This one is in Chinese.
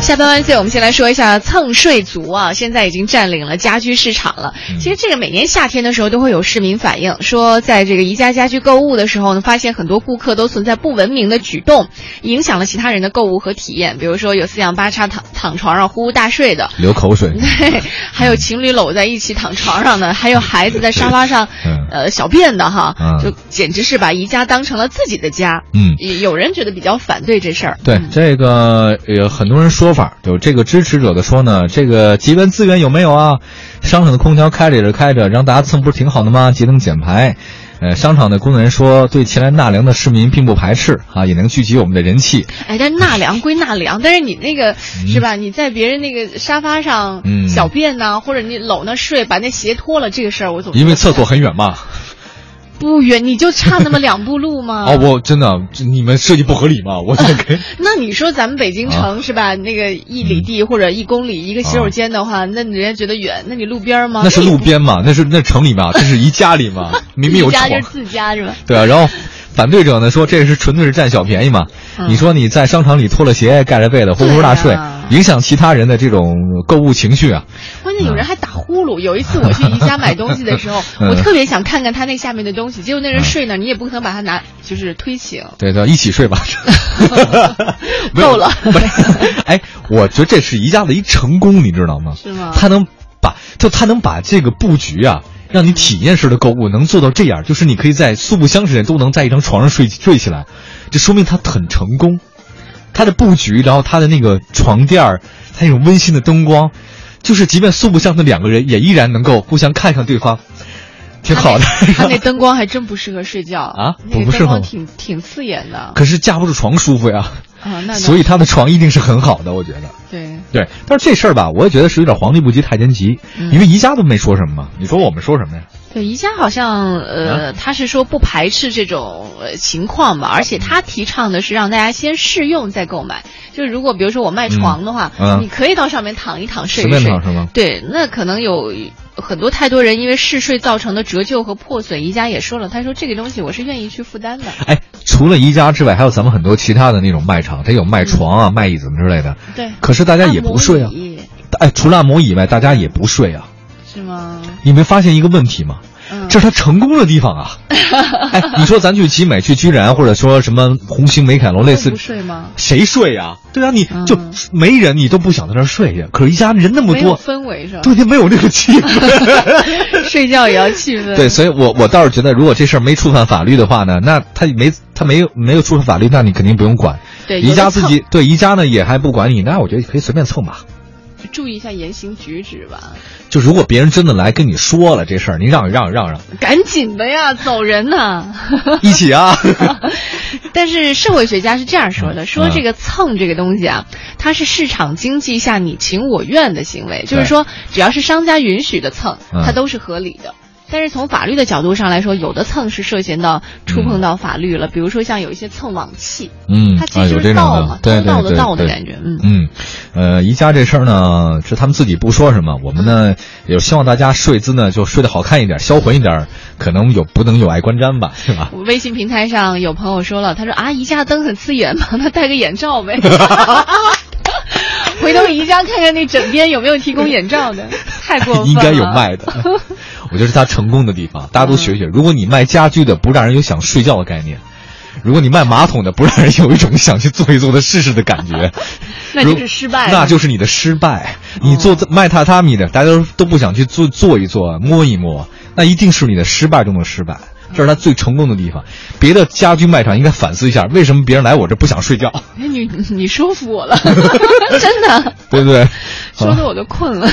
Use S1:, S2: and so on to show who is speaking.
S1: 下班万岁！我们先来说一下蹭睡族啊，现在已经占领了家居市场了。其实这个每年夏天的时候都会有市民反映，说在这个宜家家居购物的时候呢，发现很多顾客都存在不文明的举动，影响了其他人的购物和体验。比如说有四仰八叉躺躺床上呼呼大睡的，
S2: 流口水，
S1: 对，还有情侣搂在一起躺床上的，还有孩子在沙发上
S2: 嗯，
S1: 呃小便的哈，
S2: 嗯
S1: 就简直是把宜家当成了自己的家。
S2: 嗯。
S1: 也有人觉得比较反对这事儿，
S2: 对
S1: 嗯
S2: 这个有很多人说法，有这个支持者的说呢，这个节能资源有没有啊？商场的空调开着也是开着，让大家蹭不是挺好的吗？节能减排。呃，商场的工作人员说，对前来纳凉的市民并不排斥啊，也能聚集我们的人气。
S1: 哎，但是纳凉归纳凉，但是你那个、是吧？你在别人那个沙发上
S2: 嗯
S1: 小便呐、或者你搂那睡，把那鞋脱了，这个事儿我总
S2: 因为厕所很远嘛。
S1: 不远，你就差那么两步路吗？
S2: 哦，我真的，这你们设计不合理嘛？我这给
S1: 那你说咱们北京城、
S2: 啊
S1: 是吧？那个一里
S2: 嗯
S1: 地或者一公里一个洗手间的话，那人家觉得远，那你路边儿吗？哎
S2: 那是路边嘛，那是那是城里嘛，这是宜家里嘛，明明有啊
S1: 自
S2: 床
S1: 家。就是自家是吧？
S2: 对啊，然后反对者呢说这是纯粹是占小便宜嘛。
S1: 嗯
S2: 你说你在商场里脱了鞋盖着被子呼呼大睡，
S1: 对啊
S2: 影响其他人的这种购物情绪啊。
S1: 关键有人还打呼噜。有一次我去宜家买东西的时候，
S2: 嗯
S1: 我特别想看看他那下面的东西，结果那人
S2: 嗯
S1: 睡那儿，你也不可能把他拿就是推醒。
S2: 对对，一起睡吧。 没有
S1: 够了
S2: 不是，哎，我觉得这是宜家的一成功，你知道吗？
S1: 是吗
S2: 他能把就他能把这个布局啊。让你体验式的购物能做到这样，就是你可以在素不相识的人都能在一张床上睡睡起来，这说明他很成功。他的布局，然后他的那个床垫儿，他那种温馨的灯光，就是即便素不相识的两个人，也依然能够互相看上对方，挺好的。
S1: 他啊那灯光还真不适合睡觉
S2: 啊
S1: 那
S2: 不
S1: 个
S2: 适合
S1: 灯
S2: 吗
S1: 光挺挺刺眼的啊
S2: 可是架不住床舒服呀，。
S1: 那嗯
S2: 所以他的床一定是很好的，我觉得。
S1: 对，
S2: 对，但是这事儿吧，我也觉得是有点皇帝不急太监急，
S1: 嗯
S2: 因为宜家都没说什么嘛，你说我们说什么呀？
S1: 对，宜家好像
S2: 啊
S1: 呃，他是说不排斥这种呃情况吧，而
S2: 嗯
S1: 且他提倡的是让大家先试用再购买。就是如果比如说我卖床的话，
S2: 嗯嗯
S1: 你可以到上面躺一躺，睡一
S2: 随便
S1: 睡
S2: 躺。是吗？
S1: 对，那可能有很多太多人因为嗜睡造成的折旧和破损，宜家也说了，他说这个东西我是愿意去负担的。
S2: 哎，除了宜家之外，还有咱们很多其他的那种卖场，它有卖床啊、卖椅子之类的。
S1: 对，
S2: 可是大家也
S1: 嗯按摩
S2: 不睡啊，
S1: 椅
S2: 哎，除了按摩椅以外，大家也不睡啊。
S1: 是吗？
S2: 你没发现一个问题吗？
S1: 嗯，
S2: 这是他成功的地 方啊！哎，你说咱去集美、去居然，或者说什么红星美凯龙类似
S1: 不，睡吗？
S2: 谁睡呀、对啊，你
S1: 嗯
S2: 就没人，你都不想在那儿睡去。可是宜家人那么
S1: 没有
S2: 多，
S1: 氛围是吧？
S2: 对，他 没有这个气氛。
S1: 睡觉也要气氛。
S2: 对，所以我我倒是觉得，如果这事儿没触犯法律的话呢，那他没他没有没有触犯法律，那你肯定不用管。
S1: 对，
S2: 宜
S1: 有的
S2: 家自
S1: 蹭
S2: 己对宜家呢也还不管你，那我觉得可以随便蹭吧。
S1: 注意一下言行举止吧，
S2: 就如果别人真的来跟你说了这事儿，你让一让让 一让，
S1: 赶紧的呀，走人呐、
S2: 一起啊。
S1: 但是社会学家是这样说的：说
S2: 嗯
S1: 这个蹭这个东西啊，它是市场经济下你情我愿的行为，就是说只要是商家允许的蹭，
S2: 嗯
S1: 它都是合理的。但是从法律的角度上来说，有的蹭是涉嫌到触碰到法律了，比如说像有一些蹭网气，
S2: 嗯，
S1: 它其
S2: 啊
S1: 实
S2: 有
S1: 就
S2: 这
S1: 是
S2: 种
S1: 盗嘛
S2: 的，，对
S1: 通道
S2: 对
S1: 的
S2: 对
S1: 盗的
S2: 对
S1: 感觉，嗯。
S2: 嗯，呃，宜家这事儿呢，是他们自己不说什么，我们呢也希望大家睡姿呢就睡得好看一点，销魂一点，可能有不能有碍观瞻吧，是吧？
S1: 微信平台上有朋友说了，他说啊，宜家灯很刺 眼嘛，那戴个眼罩 呗。回头宜家看看那枕边有没有提供眼罩 的，太过分了。
S2: 应该有 卖的，我觉得是他成功的地方，大家都学
S1: 嗯
S2: 学。如果你卖家居的，不让人有想睡觉的概念；如果你卖马桶的，不让人有一种想去坐一坐的试试的感觉，
S1: 那就是失败了
S2: 那就是你的失败。你做卖榻榻米的，大家都都不想去坐坐一坐、摸一摸，那一定是你的失败中的失败。这是他最成功的地方。别的家居卖场应该反思一下，为什么别人来我这不想睡觉，
S1: 哎你 你说服我了，真的，
S2: 对不对？
S1: 说的我都困了。